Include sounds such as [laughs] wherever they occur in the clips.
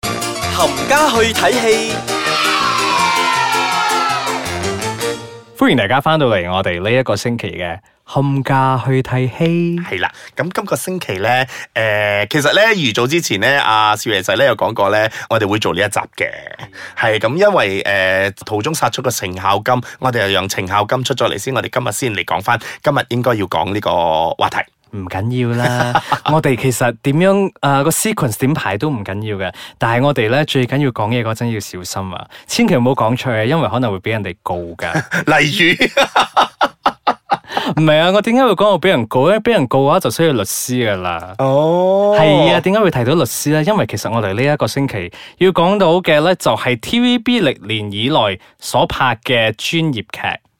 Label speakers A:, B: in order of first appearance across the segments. A: 冚家去睇戲。
B: 歡迎大家翻到嚟我哋呢一個星期嘅冚家去睇戲。
C: 係啦，咁今個星期咧，诶、其實咧預早之前咧，阿少爺仔咧有講過咧，我哋會做呢一集嘅，係啊咁，因為诶、途中殺出個程孝金，我哋又讓程孝金出咗嚟先，我哋今日先嚟講翻，今日應該要講呢個話題。 [laughs]
B: 唔緊要啦，我哋其實點樣呃诶個 sequence 點排都唔緊要嘅，但係我哋咧最緊要講嘢嗰陣要小心啊，千祈唔好講出去，因為可能會俾人哋告噶。
C: [laughs] 例如，
B: 唔係啊，我點解會講我俾人告咧？俾人告嘅話就需要律師噶啦。
C: 哦
B: 係啊，，點解會提到律師咧？因為其實我哋呢一個星期要講到嘅咧，就係 TVB 歷年以來所拍嘅專業劇，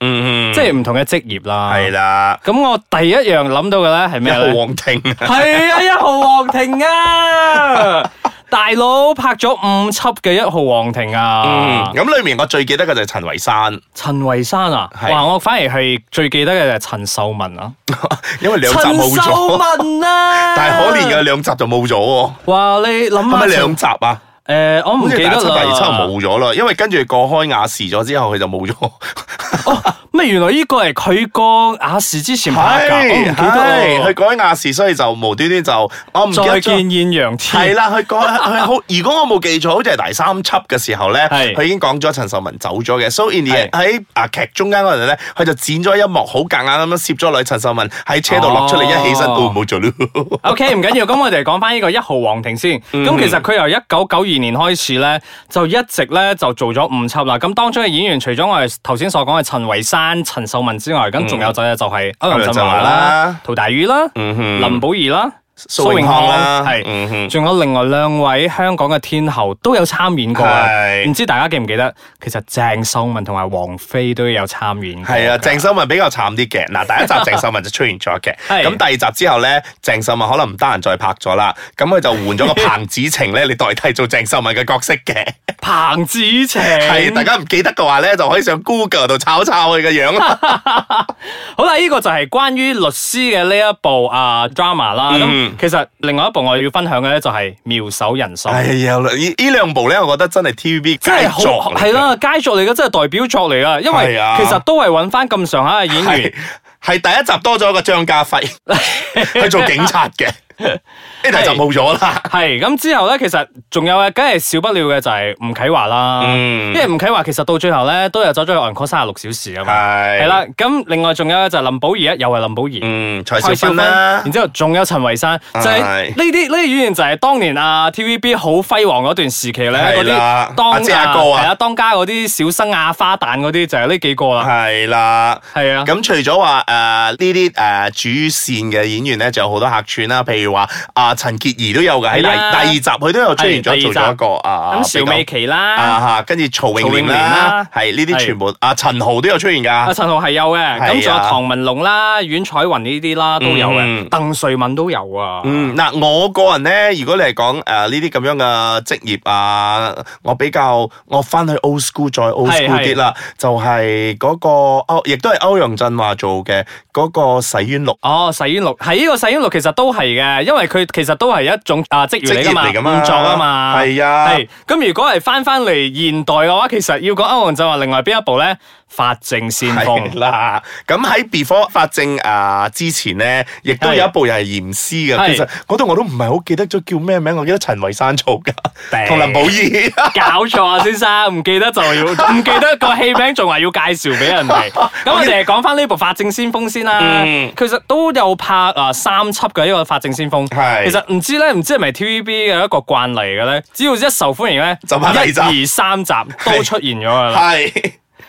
C: 嗯，
B: 即係唔同嘅職業啦。
C: 係啦，
B: 咁我第一樣諗到嘅咧係
C: 一
B: 咩
C: 號
B: 咧？
C: 王庭，
B: 係啊，一號皇庭
C: [laughs]
B: 啊！大佬拍咗五輯嘅一號皇庭
C: 嗯
B: 啊，，
C: 咁裏面我最記得嘅就係陳慧珊，
B: 陳慧珊啊，
C: 係
B: 哇！我反而係最記得嘅就係陳秀文啊，
C: 因為兩集
B: 陳秀
C: 冇咗，
B: 文啊，
C: [laughs] 但係可憐嘅兩集就冇咗喎，
B: 哇！你諗
C: 係
B: 下
C: 咪
B: 陳
C: 兩集啊？
B: 誒、我唔
C: 好
B: 記
C: 似第一
B: 得
C: 輯、第二輯
B: 啦。
C: 冇咗啦，因為跟住過開亞視咗之後，佢就冇咗。
B: 咩？原來呢個係佢個亞視之前
C: [laughs]
B: 拍㗎，我唔記
C: 係佢
B: 得喎。
C: 改亞視，所以就無端端就我唔記
B: 再
C: 得
B: 見
C: 咗。
B: 豔陽天。
C: 係啦，佢
B: [laughs]
C: 改佢好。如果我冇記錯，好似係第三輯嘅時候咧，
B: 係
C: 佢已經講咗陳秀文走咗嘅。So in the
B: 係
C: end，喺啊劇中間嗰陣咧，佢就剪咗一幕好夾硬咁樣攝咗落去陳秀文喺車度落出嚟，一起身
B: 哦
C: 哦冇做咯。
B: O K，唔緊要，咁我哋講翻呢個一號皇庭先。咁、
C: 嗯
B: 其實佢由一九九二年開始咧，就一直咧就做咗五輯啦。咁當中嘅演員，除咗我哋頭先所講嘅陳慧珊、陳秀文之外，咁
C: 嗯
B: 仲有就係就係啊歐陽
C: 歐陽
B: 震
C: 震
B: 華
C: 華
B: 啦
C: 啦、
B: 陶大宇啦、
C: 嗯哼
B: 林保怡啦、
C: 蘇永康
B: 蘇永
C: 啦嗯
B: 康係，
C: 哼
B: 仲、有另外兩位香港嘅天后都有參演過啊。
C: 係
B: 唔知大家記唔記得？其實鄭秀文同埋王菲都有參演過㗎。
C: 係啊，鄭秀文比較慘啲嘅。
B: [laughs]
C: 嗱，第一集鄭秀文就出現咗嘅，
B: 係
C: 咁第二集之後咧，鄭秀文可能唔得閒再拍咗啦，咁佢就換咗個彭子晴咧你代替做鄭秀文嘅角色嘅。
B: [laughs] 彭子晴
C: 係， [laughs] 大家唔記得嘅話咧，就可以上 Google 度抄抄佢嘅
B: [laughs]
C: 樣
B: 哦
C: 啦。
B: 好啦，呢、個就係關於律師嘅呢一部啊 drama 啦。咁、
C: 嗯
B: 其實另外一部我要分享嘅咧就係《妙手仁心》。
C: 哎呀，呢呢兩部咧，我覺得真係 TVB
B: 真係
C: 佳
B: 好
C: 作嚟嘅
B: 係，啦，佳作嚟嘅，真係代表作嚟噶，因為
C: 係啊
B: 其實都係揾翻咁上下嘅演員
C: 係。係第一集多咗一個張家輝
B: [laughs]
C: 去做警察嘅，呢第二集冇咗啦。
B: [laughs] 係咁之後咧，其實仲有嘅，梗係少不了嘅就係吳啟華啦。
C: 嗯
B: 因為吳啟華其實到最後咧都有走咗去 on call 三十六小時啊嘛。
C: 係
B: 係，啦，咁另外仲有嘅就係林保怡啊，又係林保怡。
C: 嗯，蔡
B: 蔡
C: 少
B: 少
C: 芬
B: 芬
C: 啦
B: 然。之後仲有陳慧珊，就係
C: 係
B: 呢啲呢啲演員就係當年啊 TVB 好輝煌嗰段時期咧，嗰
C: 係啦
B: 啲當
C: 阿姐阿哥啊
B: 係啊當家嗰啲小生啊、花旦嗰啲就係呢幾個啦，
C: 係啦，
B: 係啊，
C: 咁除咗話誒呃呢啲誒主線嘅演員咧，仲有好多客串啦，譬如話啊陳潔儀都有嘅喺第
B: 係啊
C: 第二集，佢都有出
B: 係
C: 現咗
B: 第二
C: 做
B: 集
C: 咗一個啊
B: 咁邵美
C: 比較
B: 琪
C: 啊
B: 啦，
C: 嚇，跟住曹永
B: 曹永
C: 廉
B: 廉啦
C: 啦，係呢啲
B: 係
C: 全部啊陳豪都有出現
B: 阿
C: 㗎，
B: 陳浩係有嘅，
C: 係啊
B: 咁仲有唐文龍啦、阮彩雲呢啲啦都有嘅，
C: 嗯
B: 鄧萃雯都有啊，
C: 嗯，嗱，我個人咧，如果你係講誒呃呢啲咁樣嘅職業啊，我比較我翻去 old school 再 old
B: 係
C: school
B: 係
C: 啲啦，就係嗰個歐，亦都係歐陽震華做嘅嗰個洗冤錄。
B: 哦，洗冤錄係呢個洗冤錄其實都係嘅，因為佢其實都係一種啊職業嚟
C: 職業嚟
B: 噶嘛，
C: 㗎嘛
B: 工作啊嘛，
C: 係啊
B: 係咁如果係翻翻嚟現代嘅話，其實要講歐陽震華另外邊一部咧，法證先鋒
C: 係。啦，咁喺 before 法證啊之前咧，亦都
B: 係
C: 有一部又係驗屍
B: 係
C: 嘅。其實嗰度我都唔係好記得咗叫咩名，我記得陳慧珊做噶
B: 頂，
C: 同林保怡。
B: 搞錯啊，先生，唔記得就
C: [laughs]
B: 要，唔記得個戲名，仲話要介紹俾人哋。咁我哋講翻呢部《法證先鋒》先啦。
C: 嗯
B: 其實都有拍啊三輯嘅呢個《法證先鋒》。
C: 係
B: 其實唔知咧，唔知係咪 TVB 嘅一個慣例嘅咧，只要一受歡迎咧，
C: 就拍第二集
B: 一二三集都出現咗噶啦。
C: 係，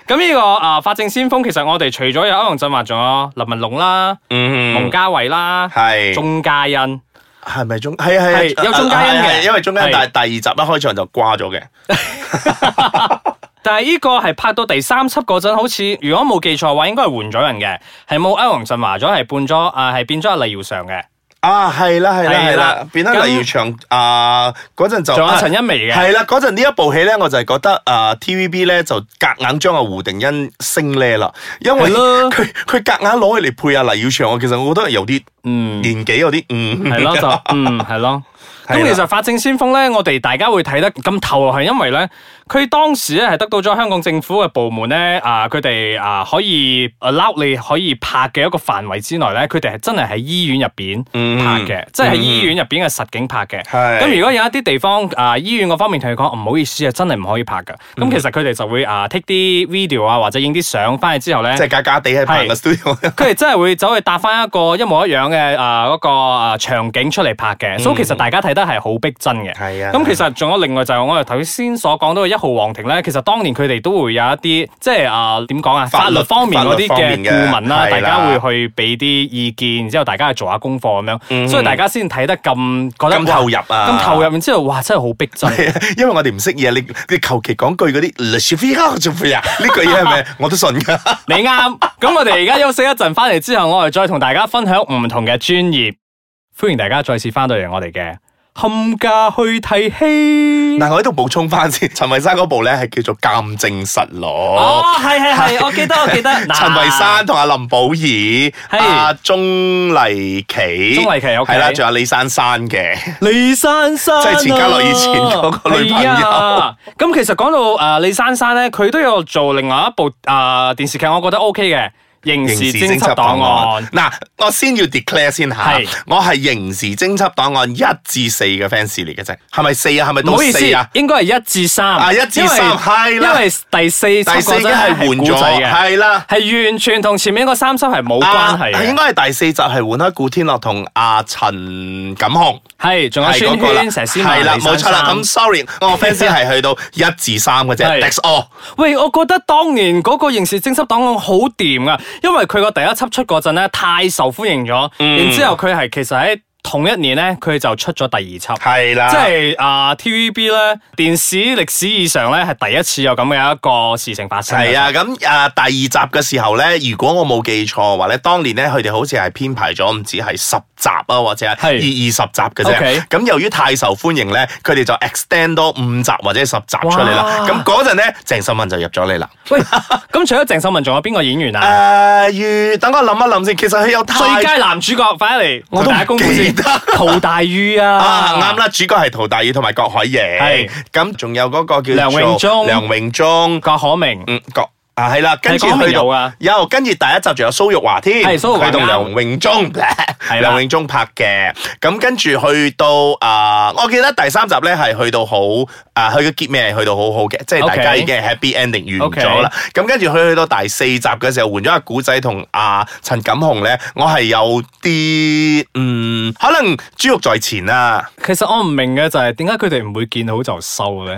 B: 咁呢、個啊《法證先鋒》，其實我哋除咗有歐陽震華，仲有林文龍啦、蒙
C: 嗯，
B: 嘉慧啦、
C: 係，
B: 鍾嘉
C: [laughs]
B: 欣。
C: 係咪中？係係
B: 係有中間嘅
C: 係係因為中間第
B: 係
C: 第二集一開場就掛咗嘅。
B: 但係呢個係拍到第三輯嗰陣，好似如果冇記錯嘅話，應該係換咗人嘅，係冇歐陽震華咗，係變咗啊，係變咗阿黎耀祥嘅，
C: 啊，係啦，係啦，
B: 係啦
C: 係啦，變
B: 咁
C: 咗黎耀祥啊，嗰陣就
B: 仲有
C: 啊
B: 陳茵媺嘅，
C: 係啦，嗰陣呢一部戲咧，我就係覺得啊、TVB 咧就夾硬將阿胡定欣升呢啦，因為
B: 係咯
C: 佢佢夾硬攞佢嚟配阿黎耀祥，我其實我覺得有啲
B: 嗯，
C: 年紀有啲嗯
B: 係咯就，嗯係咯，
C: 係
B: 咁
C: 啦
B: 其實《法證先鋒》咧，我哋大家會睇得咁透，係因為咧，佢當時咧係得到咗香港政府嘅部門咧，啊，佢哋啊可以 allow 你可以拍嘅一個範圍之內咧，佢哋係真係喺醫院入邊
C: 嗯
B: 拍嘅，即係喺醫院入邊嘅實景拍嘅。
C: 係
B: 咁如果有一啲地方啊，醫院嗰方面同佢講唔好意思啊，真係唔可以拍㗎。
C: 嗯
B: 咁其實佢哋就會啊 take 啲 video 啊，或者影啲相翻去之後咧
C: [laughs] 即。係假假地喺拍個
B: 係
C: studio。
B: 佢哋真係會走去搭翻一個一模一樣嘅啊嗰個啊場景出嚟拍嘅，所以其實大家睇得係好逼真嘅。
C: 嗯係啊
B: 咁其實仲有另外就係我哋頭先所講到嘅一號皇庭咧，其實當年佢哋都會有一啲即係啊點講啊
C: 法
B: 法
C: 律
B: 律方面嗰啲
C: 法律方面
B: 嘅
C: 嘅
B: 顧問啦，大
C: 係啦
B: 家會去俾啲意見，然之後大家去做下功課咁樣，所以大家先睇得咁覺得
C: 嗯咁投入啊
B: 哇咁投入，然之後哇真係好逼真。
C: [laughs] 因為我哋唔識嘢，你你求其講句嗰啲 l e s h i a 呢句嘢係
B: [laughs]
C: 咪我都信㗎？
B: 你啱，咁我哋而家休息一陣，翻嚟之後，我哋再同大家分享唔同嘅專業。歡迎大家再次翻到嚟我哋嘅冚家去睇戲。
C: 嗱，我喺度補充翻先，陳慧珊嗰部咧係叫做《鑑證實錄》。
B: 哦，係係係，我記得我記得。嗱
C: 陳慧珊，同阿林保怡、
B: 係
C: 阿鐘麗琪、
B: 鍾麗淇，OK
C: 係啦，仲有李珊珊嘅，
B: 李珊珊啊，
C: 即係錢嘉樂以前嗰個女朋友
B: 係啊咁其實講到啊李珊珊咧，佢都有做另外一部啊電視劇，我覺得 O K 嘅刑事偵緝檔案。
C: 嗱，我先要 declare 先吓
B: 係，
C: 我係刑事偵緝檔案一至四嘅 fans 嚟嘅啫，係咪四啊？係咪
B: 唔
C: 到
B: 好意思
C: 四啊，？
B: 應該係一至三。
C: 啊一
B: 因
C: 至三
B: 為
C: 係啦
B: 因為第四輯
C: 第四
B: 嗰
C: 已經
B: 陣
C: 係
B: 係
C: 換
B: 古仔
C: 咗，
B: 嘅。
C: 係啦。
B: 係完全同前面嗰三輯係冇關係
C: 啊應
B: 嘅，
C: 該係第四集係換開古天樂同阿陳錦鴻，
B: 係仲有
C: 係
B: 孫
C: 嗰個啦，
B: 軒、佘詩曼、
C: 係啦，
B: 啊李
C: 冇
B: 珊
C: 錯啦。
B: 珊
C: 咁 sorry，我 fans 係去到一至三嘅啫
B: 係
C: ，that's all。
B: 喂，我覺得當年嗰個刑事偵緝檔案好掂啊，因為佢個第一輯出嗰陣咧太受歡迎咗，
C: 嗯
B: 然之後佢係其實喺同一年咧佢就出咗第二輯。
C: 係啦，
B: 即係啊、TVB 咧，電視歷史以上咧係第一次有咁嘅一個事情發生嘅。
C: 係啊，咁啊第二集嘅時候咧，如果我冇記錯嘅話咧，當年咧佢哋好似係編排咗唔止係十集啊，或者係二二
B: 係
C: 十集嘅啫
B: OK。
C: 咁由於太受歡迎咧，佢哋就 extend 多五集或者十集出嚟啦。
B: 哇
C: 咁嗰陣咧，鄭秀文就入咗嚟啦。
B: 喂，咁除咗鄭秀文，仲有邊個演員啊？
C: [laughs] 誒，如等我諗一諗先，其實佢有太
B: 最佳男主角，快嚟
C: 我
B: 同
C: 都唔
B: 大家公布先
C: 記得，
B: 陶大宇啊，
C: [laughs] 啊，啱啦，主角係陶大宇同埋郭海瑩
B: 係，
C: 咁仲有嗰個叫
B: 梁
C: 做
B: 榮忠
C: 梁榮忠，
B: 郭可明。
C: 嗯，郭啊係啦，跟住
B: 係講明
C: 去到
B: 有㗎
C: 有，跟住第一集仲有蘇玉華添，
B: 係蘇玉華
C: 佢同
B: 啱
C: 梁榮
B: [laughs]
C: 忠，
B: 啦
C: 梁榮忠拍嘅，咁跟住去到啊，我記得第三集咧係去到好啊，佢嘅結尾係去到好好嘅，即係大
B: OK
C: 家已經係 happy ending 完咗啦。咁跟住佢去到第四集嘅時候，換咗阿古仔同阿陳錦鴻咧，我係有啲嗯，可能豬肉在前啊啦，
B: 其實我唔明嘅就係點解佢哋唔會見好就收
C: [laughs]
B: 咧，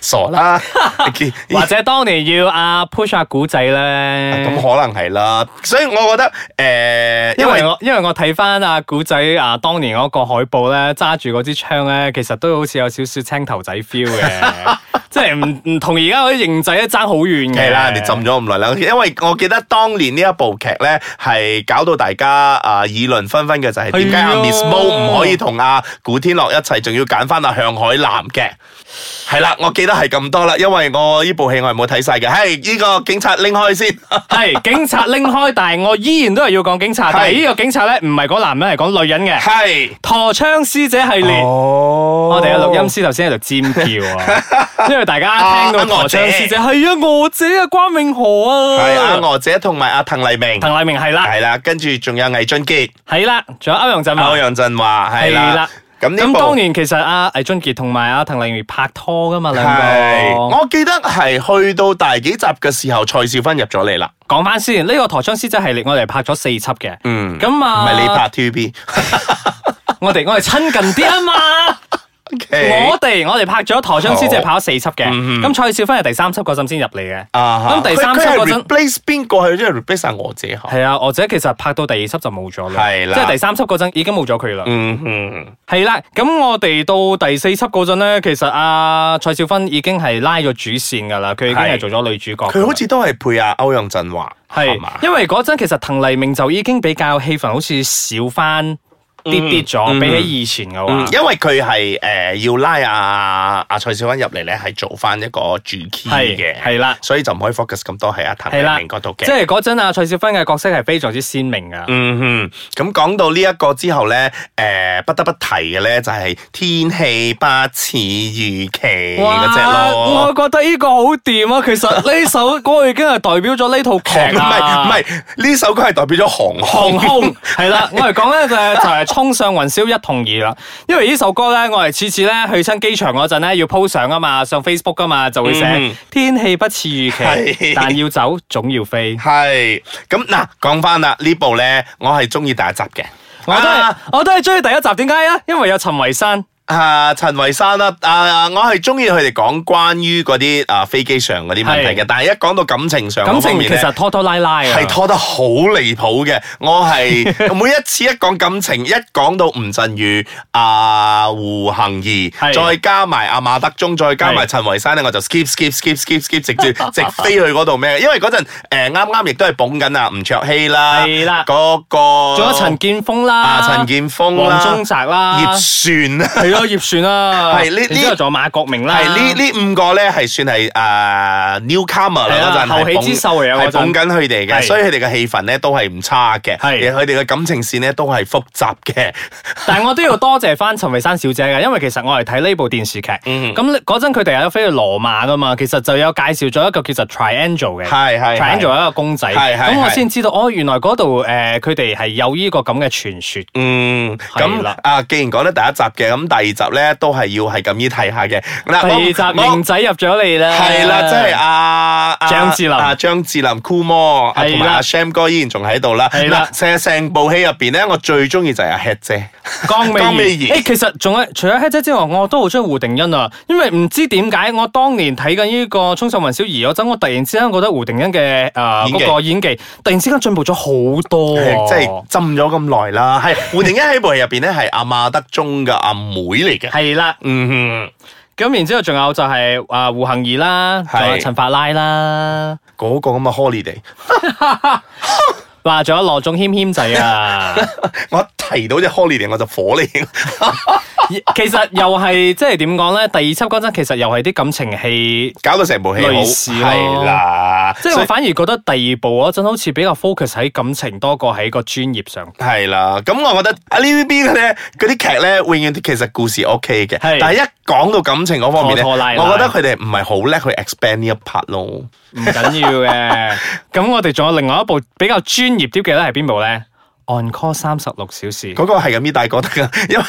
C: 傻
B: [laughs]
C: 啦，你見
B: 或者當年要阿 push 下古仔
C: 啊咁
B: 咧。
C: 可能係啦，所以我覺得誒、呃
B: 因
C: 因
B: 為
C: 為
B: 我因為我睇翻阿古仔啊，當年嗰個海報咧，揸住嗰支槍咧，其實都好似有少少青頭仔 feel
C: [laughs]
B: 嘅，即係唔唔同而家嗰啲型仔咧爭好遠嘅。
C: 係啦，你浸咗咁耐啦，因為我記得當年呢一部劇咧係搞到大家啊、議論紛紛嘅就係點解阿
B: 係啊
C: Miss Mo 唔可以同阿古天樂一齊，仲要揀翻阿向海南嘅。係啦，我記得係咁多啦，因為我呢部戲我係冇睇晒嘅。係呢、個警察拎
B: [laughs]
C: 開先，
B: 係警察拎開，但係我依然都係要講警察，
C: 係
B: 但係呢個警察咧唔係講男人，係講女人嘅。
C: 係
B: 陀槍師姐系列。
C: 哦
B: 我哋嘅錄音師頭先喺度尖叫
C: [laughs]
B: 啊，因為大家聽到
C: 啊
B: 陀槍師姐
C: 啊
B: 係啊，我姐啊，關詠荷啊，
C: 係阿娥姐同埋阿滕麗明，
B: 滕麗明係啦，
C: 係啦，跟住仲有魏俊傑、
B: 係啦，仲有歐陽震
C: 歐
B: 華
C: 陽振華，係啦。咁呢
B: 咁
C: 部
B: 當年其實阿魏俊傑同埋阿滕麗明拍拖噶嘛，兩
C: 係，
B: 個。
C: 我記得係去到第幾集嘅時候，蔡少芬入咗嚟啦。
B: 講翻先，呢個陀槍師姐系列我哋係拍咗四輯嘅，
C: 嗯
B: 咁
C: 唔
B: 啊，
C: 係你拍 TVB，
B: 我哋我哋親近啲
C: [laughs]
B: 啊嘛。我哋我哋拍咗陀槍師姐拍咗四輯嘅，
C: 嗯
B: 咁蔡少芬係第三輯嗰陣先入嚟嘅。
C: 啊
B: 咁第三輯
C: 佢佢係
B: 嗰陣
C: replace 邊個係即係 replace 晒我姐嚇。
B: 係啊，或者其實拍到第二輯就冇咗啦，
C: 哦係啦
B: 即係第三輯嗰陣已經冇咗佢啦。
C: 嗯哼，
B: 係啦，咁我哋到第四輯嗰陣咧，其實阿、蔡少芬已經係拉咗主線噶啦，佢已經
C: 係
B: 係做咗女主角㗎啦。
C: 佢好似都係配阿歐陽振華，
B: 係
C: 嘛，？
B: 因為嗰陣其實滕麗明就已經比較戲份好似少翻啲啲咗，比起以前嘅話
C: 嗯，因為佢係诶要拉阿阿蔡少芬入嚟咧，係做翻一個主 key
B: 係
C: 嘅，
B: 係啦。
C: 所以就唔可以 focus 咁多喺阿滕
B: 係啦
C: 麗明嗰度嘅
B: 即。係嗰陣啊，蔡少芬嘅角色係非常之鮮明噶。
C: 嗯哼，咁講到呢一個之後咧，诶、不得不提嘅咧就係天氣不似預期嗰只
B: 我
C: 咯。
B: 覺得呢個好掂啊！其實呢首歌已經係代表咗呢套
C: 航
B: 劇
C: [laughs] 唔係
B: 啦。
C: 唔係呢首歌係代表咗航
B: 啊航
C: 空。 [laughs]
B: 空係啦，我嚟講咧就係就係衝上雲霄一同二啦。因為呢首歌咧，我係次次咧去親機場嗰陣咧要 po 相啊嘛，上 Facebook 噶嘛，就會寫
C: 嗯
B: 天氣不似預期
C: 係，
B: 但要走總
C: [laughs]
B: 要飛。
C: 係咁嗱，講翻啦，呢部咧我係中意第一集嘅。
B: 我都係
C: 啊
B: 我都係中意第一集，點解啊？因為有陳慧珊。
C: 啊，陳慧珊啦，啊，我係中意佢哋講關於嗰啲啊飛機上嗰啲問題
B: 係
C: 嘅，但係一講到感情上
B: 感
C: 嗰方
B: 情其
C: 面咧，
B: 實拖拖拉拉啊，
C: 係拖得好離譜嘅。
B: [laughs]
C: 我係每一次一講感情，一講到吳鎮宇、啊胡杏兒，
B: 係
C: 再加埋阿馬德鐘，再加埋
B: 係
C: 陳慧珊咧，我就 skip skip skip skip skip
B: [laughs]
C: 直接直飛去嗰度咩？因為嗰陣誒啱啱亦都係捧緊啊吳卓羲啦，
B: 係啦
C: 嗰個
B: 仲有陳建峰啦，
C: 啊陳建峰
B: 黃
C: 啦，
B: 宗啊澤啦，
C: 葉璇啊啦。
B: 係咯，葉璇啦，
C: 係呢呢
B: 然之後仲有馬國明啦，
C: 係呢呢五個咧係算係誒
B: 係啊
C: newcomer 啦嗰陣，
B: 後起
C: 係捧
B: 之秀嚟啊嗰陣
C: 係捧緊佢
B: 係
C: 哋嘅，所以佢哋嘅氣氛咧都係唔差嘅，
B: 係
C: 而佢哋嘅感情線咧都係複雜嘅，
B: 但係我都要多謝翻陳慧珊小姐嘅，因為其實我係睇呢部電視劇，
C: 嗯
B: 咁呢嗰陣佢哋有飛去羅馬噶嘛，其實就有介紹咗一個叫做 Triangle 嘅。
C: 係係
B: Triangle 係一個公仔，
C: 係係
B: 咁我
C: 係
B: 先知道哦，原來嗰度誒佢哋係有呢個咁嘅傳說。
C: 嗯，
B: 係
C: 咁
B: 啦
C: 啊，既然講得第一集嘅，咁第二集咧都係要係咁依睇下嘅。嗱，
B: 第
C: 我
B: 二集
C: 啊我
B: 型仔入咗嚟啦，
C: 係啦，即係啊阿阿
B: 張智霖
C: 啊張智霖、酷魔，啊
B: 係啦
C: 同埋阿 Sam 哥依然仲喺度啦。
B: 係啦
C: 嗱成成部戲入邊咧，我最中意就係阿 Head 姐。
B: 江美
C: 江美
B: 儀，
C: 儀
B: 誒、其實仲有除咗黑姐之外，我都好中意胡定欣啊，因為唔知點解我當年睇緊呢個《衝上雲霄二》嗰陣，我突然之間覺得胡定欣嘅誒
C: 演技
B: 嗰個演技突然之間進步咗好多、啊，
C: 即係浸咗咁耐啦，係胡定欣喺部戲入邊咧係阿馬德鐘嘅阿妹嚟嘅。
B: 係啦。
C: 嗯
B: 咁然之後仲有就係啊胡杏兒啦，
C: 係
B: 仲有陳法拉啦，
C: 哼，嗰個咁嘅 Holiday，
B: 話仲有羅仲謙謙仔啊。
C: [laughs] 我一提到只 Holiday 我就火你。
B: 其實又係即係點講咧？第二輯嗰陣其實又係啲感情戲。
C: 搞到成部戲好
B: 類似咯
C: 係啦，
B: 即係
C: 所
B: 我
C: 以
B: 反而覺得第二部嗰陣好似比較 focus 喺感情多過喺個專業上。
C: 係啦。咁我覺得啊 TVB 嘅咧，嗰啲劇咧，永遠其實故事 OK 嘅，
B: 係
C: 但係一講到感情嗰方面咧，
B: 拖拖拉拉
C: 我覺得佢哋唔係好叻去 expand 呢一 part 咯。
B: 唔緊要嘅。 [laughs] 咁我哋仲有另外一部比較專業啲嘅咧，係邊部咧？On Call 三十六小時。
C: 嗰個係咁依大個得噶，因為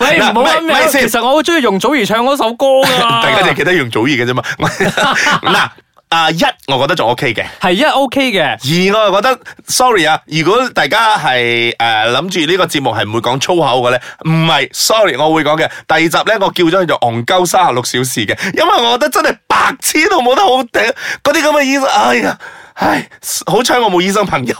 B: 喂，唔好
C: 嗱
B: 咁
C: 咪咪
B: 樣。其
C: 先
B: 實我好中意容祖兒唱嗰首歌
C: [laughs]
B: 噶。
C: 大家就記得用祖兒嘅啫嘛。 [laughs] 嗱，啊一我覺得仲 OK 嘅。
B: 係一 OK 嘅。
C: 而我又覺得，sorry 啊，如果大家係誒諗住呢個節目係唔會講粗口嘅咧，唔係，sorry，我會講嘅。第二集咧，我叫咗佢做戇鳩三十六小時嘅，因為我覺得真係白痴都冇得好頂，嗰啲咁嘅醫生，哎呀，唉，好彩我冇醫生朋友。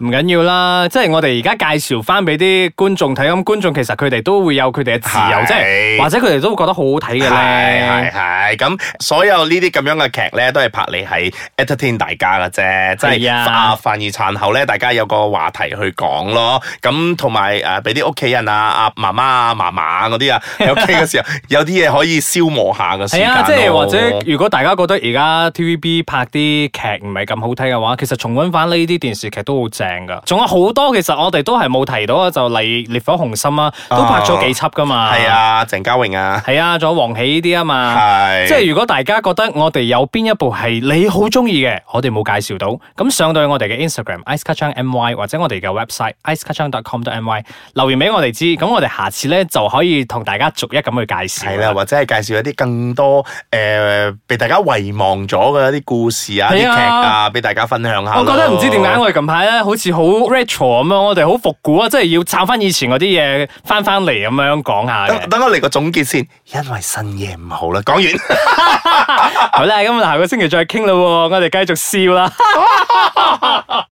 B: 唔緊要啦，即係我哋而家介紹翻俾啲觀眾睇，咁觀眾其實佢哋都會有佢哋嘅自由，
C: 係
B: 即係或者佢哋都會覺得好好睇嘅
C: 係係
B: 咧。
C: 係，咁所有呢啲咁樣嘅劇咧，都係拍嚟係 entertain 大家嘅啫，即
B: 係
C: 係
B: 啊
C: 啊飯餘飯後咧，大家有個話題去講咯。咁同埋誒，俾啲屋企人啊、阿媽媽啊、嫲嫲嗰啲
B: [laughs]
C: 啊，喺屋企嘅時候，有啲嘢可以消磨下嘅時
B: 係
C: 間
B: 啊，
C: 咯
B: 即係或者如果大家覺得而家 TVB 拍啲劇唔係咁好睇嘅話，其實重温翻呢啲電視劇都好正噶。仲有好多其實我哋都係冇提到啊，就例如《烈火雄心》啊，都拍咗幾輯噶嘛。
C: 係，啊，鄭嘉穎啊，
B: 係啊，仲有黃喜呢啲啊嘛。
C: 係
B: 即係如果大家覺得我哋有邊一部係你好中意嘅，我哋冇介紹到，咁上到去我哋嘅 Instagram i c e k a c h a n g m y 或者我哋嘅 website i c e k a c h a n g c o m m y 留言俾我哋知，咁我哋下次咧就可以同大家逐一咁去介紹。
C: 係啦，或者係介紹一啲更多誒、呃被大家遺忘咗嘅一啲故事啊、啲
B: 係
C: 劇
B: 啊
C: 啊，俾大家分享下咯。
B: 我覺得唔知點解我哋近排咧，好似好 retro 咁樣，我哋好復古啊，即係要抄翻以前嗰啲嘢翻翻嚟咁樣講下
C: 等 [laughs]
B: 嘅。
C: 等我嚟個總結先，因為新嘢唔好啦。講完，
B: 好啦，咁我哋下個星期再傾啦喎，我哋繼續笑啦。